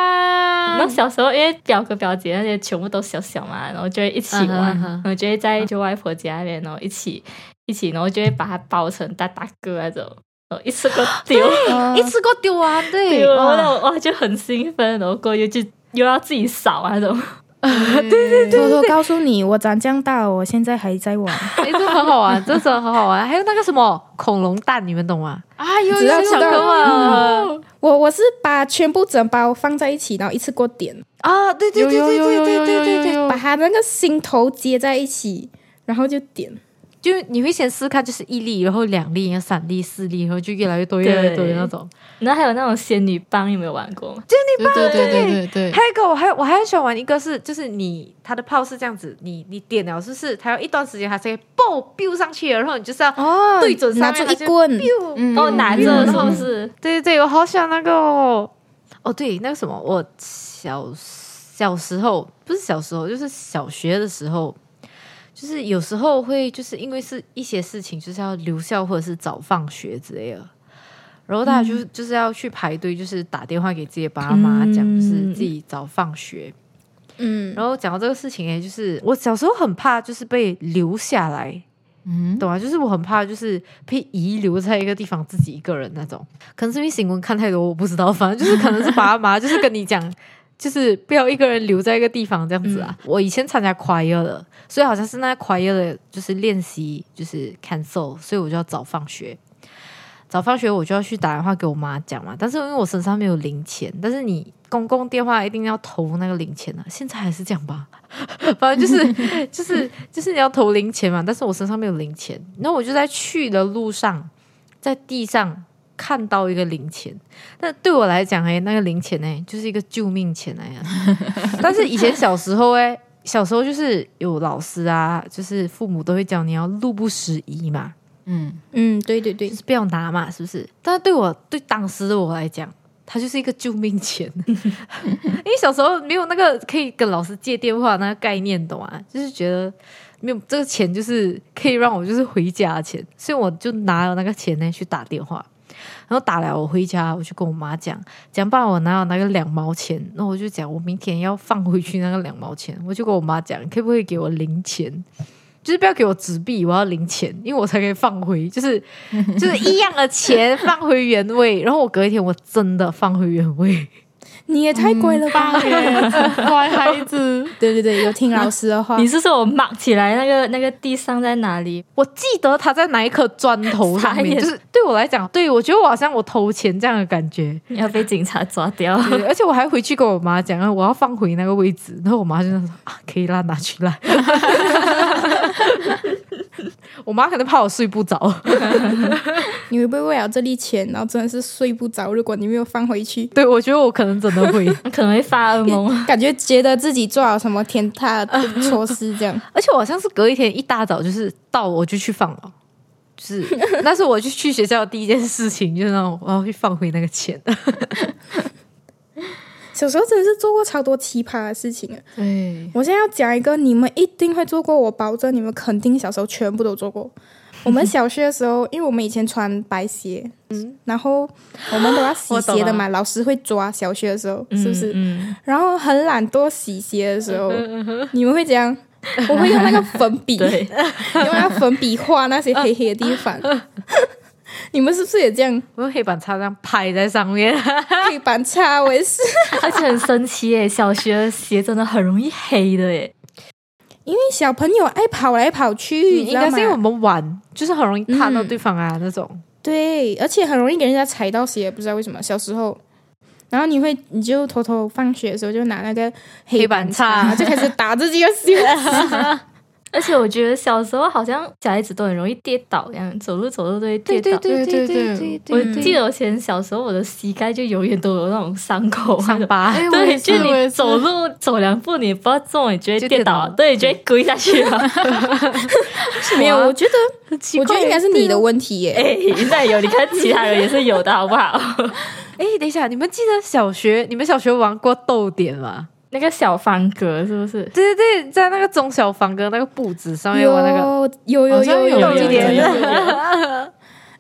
D: 然后小时候，因为表哥表姐那些全部都小小嘛，然后就会一起玩，
B: 嗯哼嗯哼
D: 然后就会在就外婆家那边，然后一起一起，然后就会把它包成大大个那种，然后一次过丢
A: 哦
B: 一次过丢啊， 对，
D: 丢，然后
B: 哇
D: 我哇就很兴奋，然后过又去又要自己扫啊那种，
C: 对对
A: 偷偷告诉你，我长这样大，我现在还在玩。
B: 哎，这很好玩，这真的很好玩。还有那个什么恐龙蛋，你们懂吗？
C: 啊，有
A: 只要
C: 有
A: 知道
C: 有
B: 啊
A: 我我是把全部整包放在一起，然后一次过点，
B: 啊，对对对
C: 有
B: 对
C: 有有
B: 对对
C: 有
B: 对
C: 有
B: 对
C: 有
B: 对，
C: 有
A: 把，它那个心头接在一起，然后就点。
B: 就你会先试看，就是一粒，然后两粒，然后三粒、四粒，然后就越来越多、越来越多的那种。
D: 然后还有那种仙女棒，有没有玩过？
C: 对对对对对对
B: 还，有一个，我还我还很喜欢玩一个是，就是你它的炮是这样子，你你点了，就是它要一段时间它才会爆 biu 上去，然后你就是要
A: 哦
B: 对准上
A: 拿
B: 面
A: 出一棍，
B: biu，
C: 嗯
D: 哦，拿着是不
C: 嗯
D: 是？
B: 对对对，我好喜欢那个哦。哦，对，那个什么，我小小时候不是小时候，就是小学的时候，就是有时候会就是因为是一些事情，就是要留校或者是早放学之类的。然后大家就、
A: 嗯
B: 就是要去排队，就是打电话给自己的爸妈，讲就是自己早放学。
A: 嗯，
B: 然后讲到这个事情，哎，就是我小时候很怕，就是被留下来，
C: 嗯，
B: 懂啊？就是我很怕，就是被遗留在一个地方自己一个人那种。可能是因为新闻看太多，我不知道，反正就是可能是爸妈 就是跟你讲。就是不要一个人留在一个地方这样子啊！我以前参加 choir 的，所以好像是那 choir 的，就是练习就是 cancel，所以我就要早放学。早放学我就要去打电话给我妈讲嘛，但是因为我身上没有零钱，但是你公共电话一定要投那个零钱啊，现在还是这样吧， 反正就是就是就是你要投零钱嘛，但是我身上没有零钱，然后我就在去的路上，在地上看到一个零钱，那对我来讲哎，那个零钱哎就是一个救命钱哎呀， 但是以前小时候哎，小时候就是有老师啊，就是父母都会教你要路不拾遗嘛，
C: 嗯，
A: 嗯，对对对
B: 就，是不要拿嘛，是不是？但是对我对当时的我来讲，它就是一个救命钱， 因为小时候没有那个可以跟老师借电话那个概念，懂吗？就是觉得没有这个钱，就是可以让我就是回家的钱，所以我就拿了那个钱呢去打电话。然后打来，我回家，我就跟我妈讲，讲爸，我拿了那个两毛钱，那我就讲我明天要放回去那个两毛钱，我就跟我妈讲，可不可以给我零钱？就是不要给我纸币，我要零钱，因为我才可以放回，就是就是一样的钱放回原位。然后我隔一天我真的放回原位，
A: 你也太乖了吧！
C: 乖孩子，
A: 对对对，有听老师的话
D: 你，是说我 mark 起来那个那个地上在哪里？
B: 我记得它在哪一颗砖头上
D: 傻
B: 面，
D: 眼
B: 就是对我来讲，对我觉得我好像我偷钱这样的感 觉。
D: 要被警察抓掉？
B: 对而且我还回去跟我妈讲，啊我要放回那个位置，然后我妈就那样说啊，可以啦，拿去啦。 我妈可能怕我睡不着，
A: 你会不会为了这粒钱，然后真的是睡不着？如果你没有放回去，
B: 对我觉得我可能真的会。
D: 可能会发噩梦。
A: 感觉觉得自己做好什么天大的措施这样。
B: 而且我好像是隔一天一大早就是到我就去放了，就是那是我就去学校的第一件事情，就是让我要去放回那个钱。
A: 小时候真的是做过超多奇葩的事情啊！
C: 对，
A: 我现在要讲一个，你们一定会做过，我保证你们肯定小时候全部都做过。我们小学的时候，因为我们以前穿白鞋，嗯，然后我们都要洗
B: 我懂
A: 鞋的嘛，老师会抓。小学的时候是不是？
D: 嗯，
A: 然后很懒惰洗鞋的时候，
B: 嗯
A: 你们会怎样？我会用那个粉 笔，
D: 对，
A: 用那个粉笔画那些黑黑的 地方。你们是不是也这样？
B: 我用黑板擦这样拍在上 面，
A: 黑板擦，我也是。
D: 而且很神奇耶，小学的鞋真的很容易黑的耶。
A: 因为小朋友爱跑来跑去，你
B: 嗯应
A: 知道
B: 该是因为我
A: 吗？
B: 们玩，就是很容易踏到
A: 嗯
B: 对方啊、那种。
A: 对，而且很容易给人家踩到鞋，不知道为什么。小时候，然后你会，你就偷偷放学的时候就拿那个
B: 黑
A: 板
B: 板擦
A: 就开始打自己的鞋。
D: 而且我觉得小时候好像小孩子都很容易跌倒一样，走路走路都会跌
B: 对
D: 倒。
B: 对对对
C: 对
B: 对
C: 对
B: 对对，
D: 我记得我以前小时候，我的膝盖就永远都有那种伤口，
B: 伤疤，
C: 哎我
D: 对，
C: 也
D: 就是
C: 我
D: 你
C: 也是
D: 走路走两步，你不知道重，你就会
B: 就
D: 跌
B: 跌倒
D: 倒，
B: 了
D: 对，你就会跪下去了。
A: 没有，我觉得
B: 很奇
A: 我觉
B: 怪
A: 得应该是你的问题耶。
D: 哎，那有，你看其他人也是有的，好不好？
B: 哎，等一下，你们记得小学你们小学玩过逗点吗？
D: 那个小方格是不是？
B: 对对对，在那个中小房跟那个布子上面
A: 有
B: 玩那个，
A: 有有
C: 好像
A: 有
C: 有
A: 有
B: 一点
A: 有有有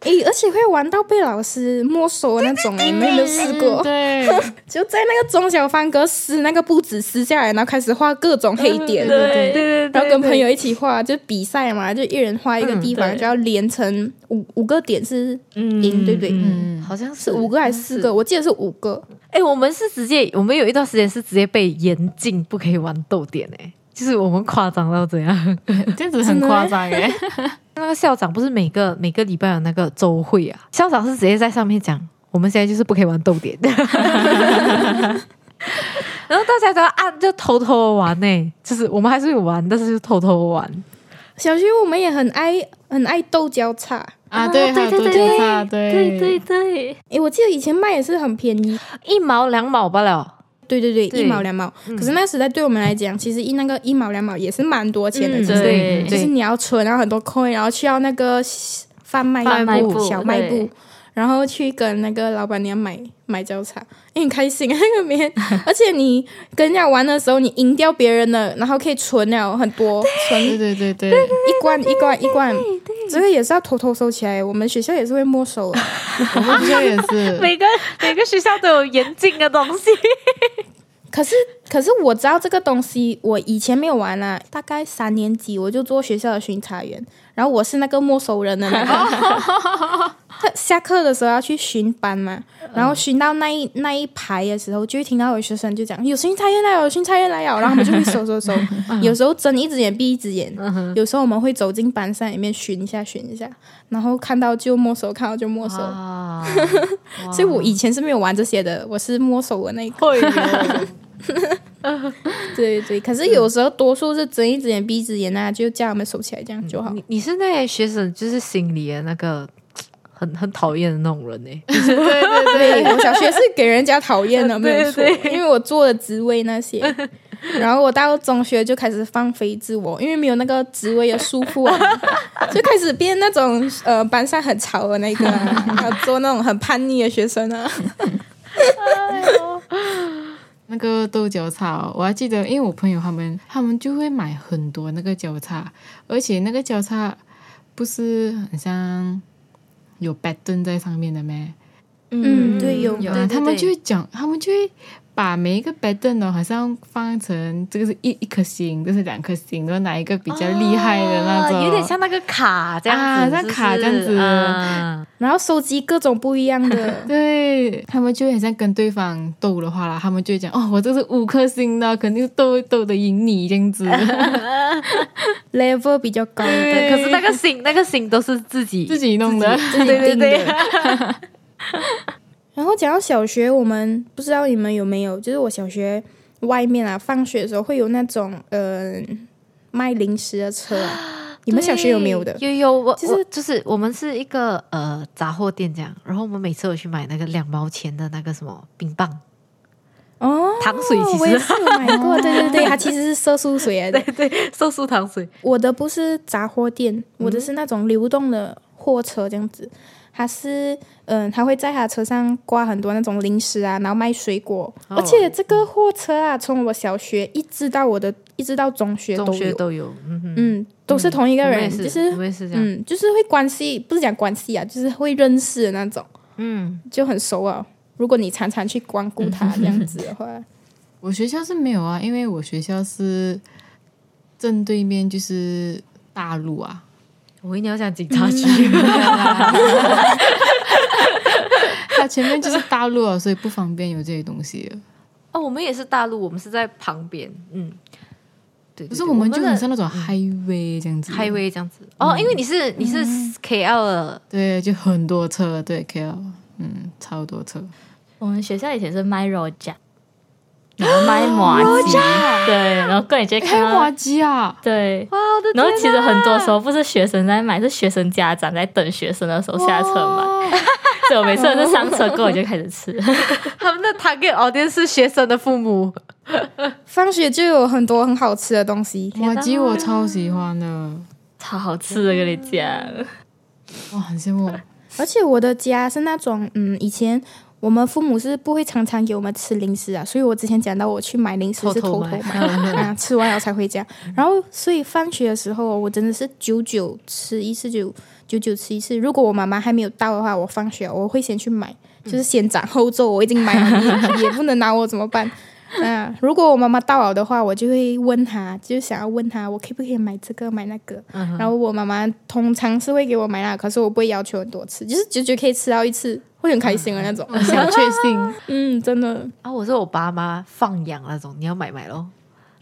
A: 诶，而且会玩到被老师没收的那种，你们有没有试过？
C: 对，
A: 就在那个中小方格撕那个布纸撕下来，然后开始画各种黑点，
B: 对
D: 对，
B: 对对，
A: 然后跟朋
B: 友。
A: 友一起画，就比赛嘛，就一人画一个地
D: 嗯
A: 方，
D: 对
A: 就要连成五五个点是赢，对不对？
C: 嗯，
B: 好像是
A: 是五个还是四个？？我记得是五个。
B: 哎、我们是直接，我们有一段时间是直接被严禁不可以玩逗点哎、就是我们夸张到怎样？
C: 这样子很夸张耶。
B: 那个校长不是每个每个礼拜有那个周会啊，校长是直接在上面讲，我们现在就是不可以玩逗点， 然后大家都要按就偷偷玩呢、就是我们还是有玩，但是就偷偷玩。
A: 小学我们也很爱很爱斗交叉，
C: 啊，对，还有
D: 对
C: 多
D: 对
C: 交叉，
D: 对对对，
A: 诶，我记得以前卖也是很便宜，
B: 一毛两毛罢了，
A: 对对对，
B: 对
A: 一毛两毛。可是那个时代对我们来讲，其实一那个一毛两毛也是蛮多钱的，
B: 嗯
A: 其实
D: 对
A: 就是你要存，然后很多 coin，然后去到那个贩卖
D: 贩卖部
A: 小卖
D: 对
A: 部，然后去跟那个老板娘买买交叉，也很开心啊那个面。 而且你跟人家玩的时候，你赢掉别人了，然后可以存了很多，存
C: 对对对对，
A: 一罐一罐一罐，这个也是要偷偷收起来。我们学校也是会没收的，
C: 我们学校也 是，
B: 每个每个学校都有严禁的东 西。
A: 可是，可是我知道这个东西，我以前没有玩啦、大概三年级我就做学校的巡查员，然后我是那个没收人的那个。 他下课的时候要去巡班嘛，然后巡到那一那一排的时候，就会听到有学生就讲有巡查员来了，有巡查员来哦了，然后他们就会收收收，有时候睁一只眼闭一只眼，有时候我们会走进班上里面巡一下巡一下，然后看到就没收，看到就没收，
B: 啊，
A: 所以我以前是没有玩这些的，我是摸手的那一个。 对对，可是有时候多数是睁一只眼闭一只眼啊，就叫他们收起来，这样就好。
B: 嗯你你是那学生，就是心里的那个很很讨厌的那种人哎、
C: 对对
A: 对
C: 对，
A: 我小学是给人家讨 厌的，没
B: 对
A: 有错，因为我做的职位那些。然后我到中学就开始放飞自我，因为没有那个职位的束缚啊，就开始变那种呃班上很吵的那个、啊，还有做那种很叛逆的学生啊。
C: 那个豆角叉哦，我还记得，因为我朋友他们，他们就会买很多那个交叉，而且那个交叉不是很像有 pattern 在上面的咩？
A: 嗯对有
B: 有
C: 啊
B: 对对
C: 他们
B: 对
C: 就会讲，他们就会把每一个 pattern 呢，好像放成这个是一一颗星，这是两颗星，然后哪一个比较厉害的那种，
B: 啊有点像那个卡这样子，
C: 啊像
B: 是不是
C: 卡这样子，
B: 啊
A: 然后收集各种不一样的
C: 对他们就很像跟对方斗的话啦，他们就会讲哦，我这是五颗星的，肯定是斗斗得赢你这样子。
A: level 比较高的。
B: 对，可是那个心，那个心都是自己
C: 自己弄的，
B: 对对对，
A: 然后讲到小学，我们不知道你们有没有，就是我小学外面啊，放学的时候会有那种呃卖零食的车啊、 你们小学有没有的？
B: 有有，我
A: 就是
B: 我就是我们是一个呃杂货店这样，然后我们每次有去买那个两毛钱的那个什么冰棒
A: 哦，
B: 糖水，其
A: 我也
B: 实
A: 是有买过，对对对，它其实是色素 水来的。
B: 对寿司糖水，
A: 我的不是杂货
B: 嗯
A: 店，我的是那种流动的货车这样子。它是，嗯，它会在它车上挂很多那种零食啊，然后卖水果。
B: 哦
A: 而且这个货车啊，从我小学一直到我的，一直到中学都
B: 中学
A: 有，
B: 都有，嗯哼，
A: 嗯，都是同一个
B: 我们也
A: 人，
B: 是，
A: 就是
B: 我们也是这样，
A: 嗯，就是会关系，不是讲关系啊，就是会认识的那种，
B: 嗯，
A: 就很熟啊。如果你常常去光顾他这样子的话，
C: 我学校是没有啊，因为我学校是正对面就是大陆 啊，
B: 我一定要讲警察局，
C: 它前面就是大陆啊，所以不方便有这些东西了。
B: 哦，我们也是大陆，我们是在旁边，嗯，对，对
C: 可是
B: 对
C: 我们就很
B: 的
C: 像那种 highway 这样子
B: highway 这样子，哦，因为你是你是 KL 的。
C: 对，就很多车，对 KL，嗯，超多车。
D: 我们学校以前是卖肉酱，然后卖麻
B: 哦
D: 吉，对，然后过年就会
C: 还
D: 看
C: 有
B: 哎
D: 到
C: 麻，吉啊！
D: 对。
B: 哇，我的
D: 然后其实很多时候不是学生在买，是学生家长在等学生的时候下车买。
C: 哇
D: 所以我每次都是上车过我就开始吃。
B: 哦他们的 target audience 是学生的父母，
A: 放学就有很多很好吃的东西，
C: 麻吉我超喜欢的，
D: 超好吃的，跟你讲。
C: 哇，很羡 慕。
A: 而且我的家是那种，嗯，以前我们父母是不会常常给我们吃零食啊，所以我之前讲到我去买零食是偷偷
B: 偷
A: 买，
B: 偷
A: 啊，吃完了才回家。然后，所以放学的时候，我真的是久久吃一次，久久久吃一次。如果我妈妈还没有到的话，我放学我会先去买，就是先斩后奏。我已经买了， 也也不能拿我怎么办。嗯，如果我妈妈到了的话，我就会问她，就想要问她，我可不可以买这个买那个。然后我妈妈通常是会给我买啦，可是我不会要求很多次，就是久久可以吃到一次，会很开心的那种。
C: 小确幸，
A: 嗯，真的，
B: 啊，我是我爸妈放养那种，你要买买咯。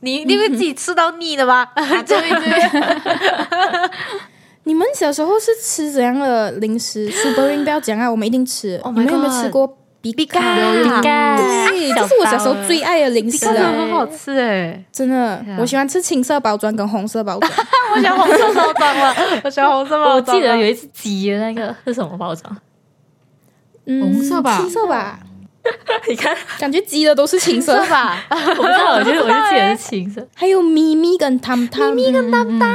B: 你你会自己吃到腻的吗？对对，
A: 你们小时候是吃怎样的零食？Super Ring 不要讲啊，我们一定吃。
B: Oh my
A: 你们有没有
B: god
A: 吃过比卡？
B: 饼干
A: 对，这是我小时候最爱的零食
B: 真的
A: 啊！
B: 很好吃
D: 欸
B: 哎！
A: 真的
B: 对啊，
A: 我喜欢吃青色包装跟红色包装。
B: 我想红色包装了，我想红色
D: 我
B: 包装。
D: 记得有一次鸡的那个是什么包装？
A: 嗯
C: 红色吧
A: 青色吧，
D: 你看，
A: 感觉急的都是青色。
B: 吧？
D: 我不知道，我就我就记得是青色。
A: 还有咪咪跟汤汤，咪咪跟汤汤。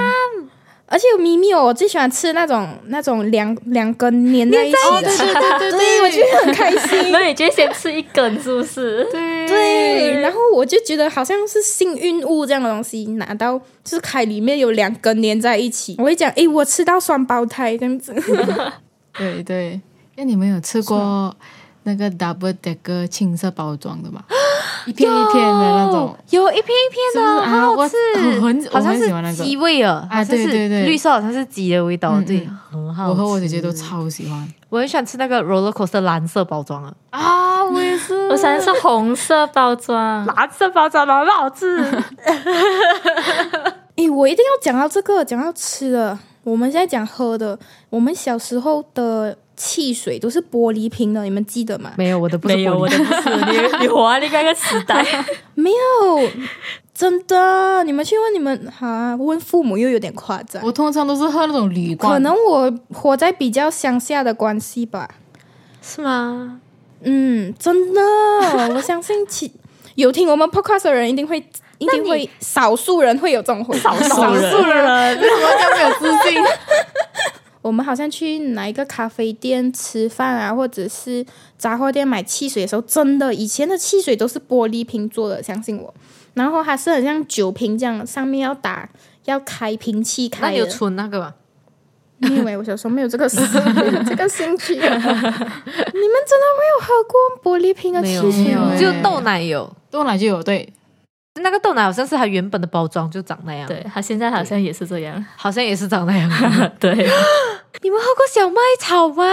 A: 而且有咪咪哦，我最喜欢吃那种那种两两根粘在一起的，对对对对，我觉得很开心。
D: 那你就先吃一根，是不是？
C: 对
A: 对，然后我就觉得好像是幸运物这样的东西，拿到就是开里面有两根连在一起，我会讲，诶，我吃到双胞胎这样子，
C: 对对。那你们有吃过那个 Double Decker 青色包装 的吗？一片一片的那种，
B: 有一片一片
C: 是不
B: 的，
C: 是
B: 好好吃
C: 啊我我很，
B: 好像
C: 我很喜欢那
B: 是
C: 个
B: 鸡味啊，
C: 啊
B: 好像是
C: 对对对
B: 绿色好像是鸡的味道，
C: 嗯
B: 对，
C: 嗯
B: 很好吃。
A: 哦
C: 我和我姐姐都超喜欢
B: 我很喜欢吃那个 roller coaster 蓝色包装啊，
C: 啊！我也是，
D: 我想是红色包 装，
B: 蓝色包装好不好吃？
A: 诶，我一定要讲到这个，讲到吃的，我们现在讲喝的，我们小时候的汽水都是玻璃瓶的，你们记 得吗？
B: 没有，我的不是
D: 没有，
B: 玻
D: 我
B: 璃
D: 的不是 你，你活在另外一个时代。
A: 没有，真的，你们去问你们哈、问父母又有点夸张。
C: 我通常都是喝那种铝罐，
A: 可能我活在比较乡下的关系吧，
B: 是吗？
A: 嗯，真的，我相信其有听我们 podcast 的人一定会，一定会少数人会有这种回少
B: 少数的人，
C: 为什 么这样没有自信？
A: 我们好像去哪一个咖啡店吃饭啊，或者是杂货店买汽水的时候，真的以前的汽水都是玻璃瓶做的，相信我。然后它是很像酒瓶这样，上面要打要开瓶器
B: 那
A: 开
B: 你有
A: 的。
B: 存那个吗？
A: 你以为我小时候没有这个 这个兴 趣？你们真的没有喝过玻璃瓶的
B: 没
A: 汽
B: 有
A: 水
C: 没有
A: 吗？
C: 对
B: 只有豆奶有。
C: 豆奶就有对，
B: 那个豆奶好像是它原本的包装就长那样，
D: 对，，他现在好像也是这样。
B: 好像也是长那样。
D: 对，
B: 你们喝过小麦草吗？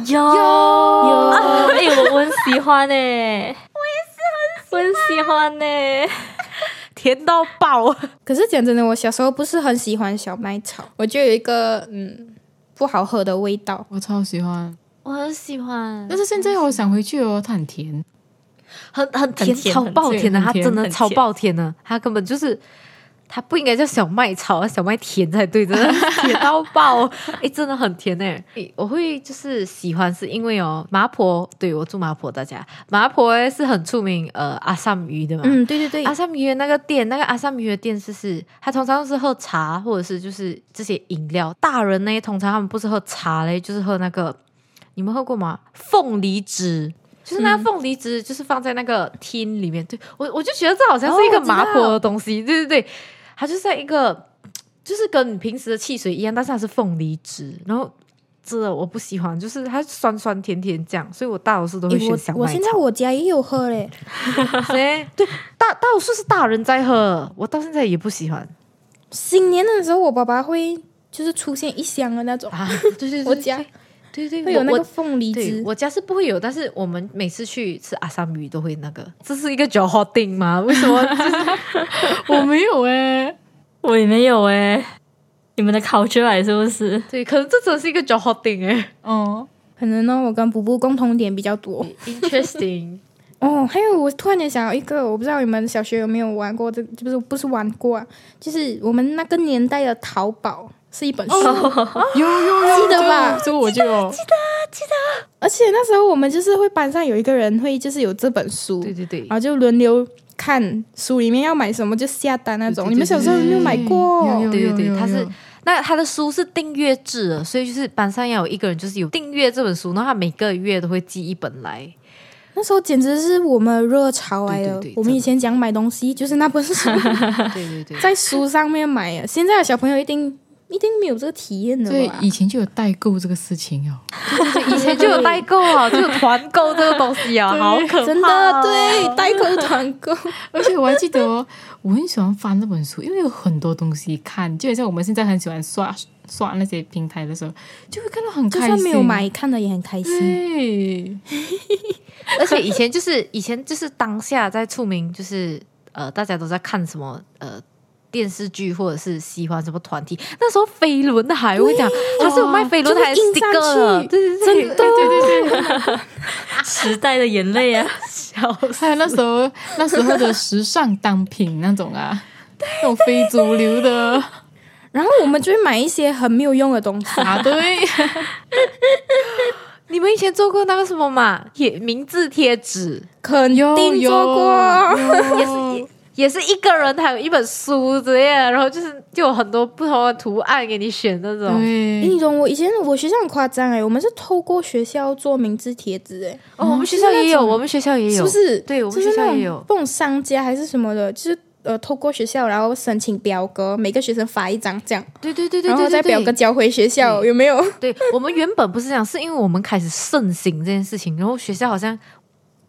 D: 有有，哎，我我很喜欢呢，我也是很喜欢呢。
B: 甜到爆！
A: 可是讲真的，我小时候不是很喜欢小麦草，我就有一个嗯不好喝的味道。
C: 我超喜欢。
A: 嗯
D: 我很喜欢
C: 但是现在我想回去哦，它很 甜，
B: 很很甜，
D: 很甜
B: 超爆甜的，它
D: 很甜
B: 真的
D: 很甜
B: 超爆甜的，它根本就是。它不应该叫小麦草，小麦甜才对，真的 是甜到爆！哎，真的很甜哎、诶我会就是喜欢，是因为哦，麻婆，对我住麻婆，大家麻婆诶是很出名，呃，阿萨鱼的嘛，
A: 嗯，对对对，
B: 阿萨姆鱼的那个店，那个阿萨姆鱼的店就是，他通常都是喝茶或者是就是这些饮料。大人呢，通常他们不是喝茶嘞，就是喝那个，你们喝过吗？凤梨汁，就是那个凤梨汁，就是放在那个tin 里面。对我，我就觉得这好像是一个
A: 哦我知道
B: 麻婆的东西，对对对，它就是在一个，就是跟平时的汽水一样，但是它是凤梨汁，然后。真的我不喜欢，就是它酸酸甜甜这样，所以我大多数都会
A: 诶
B: 选小
A: 我
B: 麦
A: 我现在
B: 草
A: 我家也有喝嘞，
B: 谁？对，大大多数是大人在喝，我到现在也不喜欢
A: 新年的时候我爸爸会就是出现一箱的那 种，
B: 啊。对对对，
A: 我家
B: 对对
A: 会有那
B: 我
A: 个
B: 我
A: 凤梨
B: 对
A: 汁。
B: 我家是不会有，但是我们每次去吃阿三鱼都会那个， 这是一个 j o h o d i n g 吗？为什 么？就是
C: 我没有
A: 欸
C: 哎，
D: 我也没有哎，你们的 culture 来是不是？
B: 对，可能这真的是一个 j o h o d i n g 哎、
C: 哦，
A: 可能呢，我跟布布共同点比较多。
B: 嗯 i n t e r e s t i n g
A: 哦，还有我突然间想到一个，我不知道你们小学有没有玩过这，就是不是玩过啊，就是我们那个年代的淘宝是一本书，
B: 哦
C: 有有有，
A: 啊记得
C: 这
A: 吧
C: 个这个我就有，
A: 而且那时候我们就是会班上有一个人会就是有这本书，
B: 对对
A: 然后就轮流看书里面要买什么就下单那种。
B: 对对对
A: 你们小时候有没有买
C: 有
A: 过
C: 有？
B: 对对
C: 有
B: 对，
C: 有
B: 他是
C: 有
B: 那他的书是订阅制的，所以就是班上要有一个人就是有订阅这本书，然后他每个月都会寄一本 来。
A: 那时候简直是我们热潮来
B: 对
A: 的
B: 对对。
A: 我们以前讲买东西就是那 本书，
B: 对对对，
A: 在书上面买啊。现在的小朋友一定一定没有这个体验的
C: 所以
A: 吧？
C: 以前就有代购这个事情 哦。
B: 以前就有代购 啊，就有团购这个东西啊，好可怕、啊
A: 真的，对，代购团 购，
C: 而且我还记得哦，我很喜欢翻那本书，因为有很多东西看，就很像我们现在很喜欢刷刷那些平台的时候，就会看到很
A: 就
C: 开心。
A: 算没有买，看的也很开心。
C: 对，
B: 而且以前就是以前就是当下在出名，就是呃，大家都在看什么呃。电视剧或者是喜欢什么团体，那时候飞轮的还会讲，他是有卖飞轮
A: 就会
B: 还
A: 印上
B: sticker 的，
A: 去
B: 对对对，真的
D: 时代的眼泪 啊！
C: 还有那时候那时候的时尚单品那种啊，那种非主流的
A: 然后我们就会买一些很没有用的 东西。
C: 啊，对，
B: 你们以前做过那个什么嘛贴名字贴纸，
A: 肯定做过，
B: 也
A: 哦
C: 哦
B: 是也是一个人，还有一本书之类的，然后就是就有很多不同的图案给你选那种。
A: 诶
C: 对，
A: 你懂我以前我学校很夸张哎、我们是透过学校做名字贴纸哎，
B: 哦，我们学校也有，我们学校也
A: 是
B: 有，
A: 不是？
B: 对我们
A: 就是
B: 学
A: 那
B: 校
A: 种
B: 也有
A: 那种商家还是什么的，就是呃，透过学校然后申请表格，每个学生发一张这样，
B: 对对对对
A: 然后
B: 对
A: 再
B: 对
A: 表格
B: 对。嗯
A: 交回学校，有没有？
B: 对我们原本不是这样，是因为我们开始盛行这件事情，然后学校好像，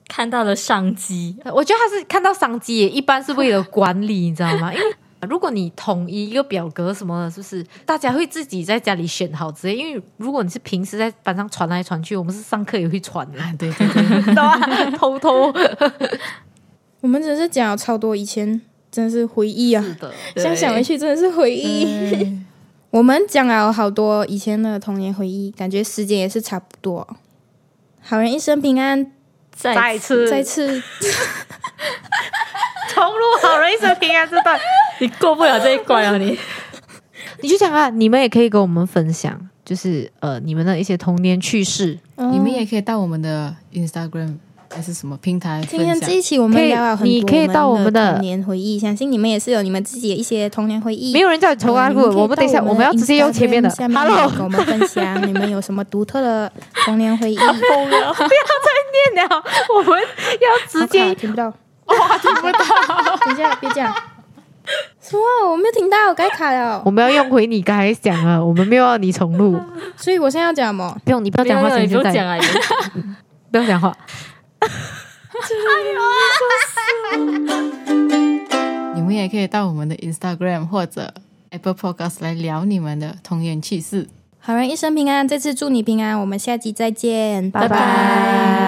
D: 看到了商机，
B: 我觉得他是看到商机，一般是为了管理，你知道吗？因为如果你统一一个表格什么的，是不是大家会自己在家里选好之类？因为如果你是平时在班上传来传去，我们是上课也会传的，
C: 啊，对对
B: 懂
C: 对，
B: 吗？偷偷
A: 我们真是讲了超多以前，真是回忆啊！
B: 的。嗯
A: 现在想回去真的是回忆。我们讲了好多以前的童年回忆，感觉时间也是差不多。好人一生平安，
D: 再
B: 次
A: 再 次
B: 重录好 人一生平安这段，
D: 你过不了这一关了，你
B: 你就讲啊，你们也可以跟我们分享，就是呃，你们的一些童年趣事，
C: 你们
A: 哦
C: 也可以到我们的 Instagram 还是什么平台
A: 今
C: 分
A: 天
C: 享
A: 这。一期我们聊了很多，
B: 可以你可以到我们的
A: 童年回忆，相信你们也是有你们自己的一些童年回忆。
B: 没有人叫你重
A: 呃，
B: 啊，
A: 你
B: 录，
A: 们可以
B: 我们等一下
A: 到
B: 我们要直接用前面的
A: Instagram 下面
B: Hello
A: 跟我们 分享你们有什么独特的童年回忆。
B: 疯 了，不要再念了，我们要直
A: 好
B: 接哦
A: 卡听 不到，哇， 听不到。等一下，别讲。什么？我没有听到，我改卡了
B: 我。们要用回你刚才讲啊，我们没有要你重录，
A: 所以我现在要讲什么？
B: 不用你不要
D: 不
B: 讲话，
D: 你
B: 请现
D: 不用
B: 在
D: 讲啊，你
B: 不要讲话。
C: 你们也可以到我们的 Instagram 或者 Apple Podcast 来聊你们的童年趣事。
A: 好人一生平安，这次祝你平安，我们下集再见，
B: 拜拜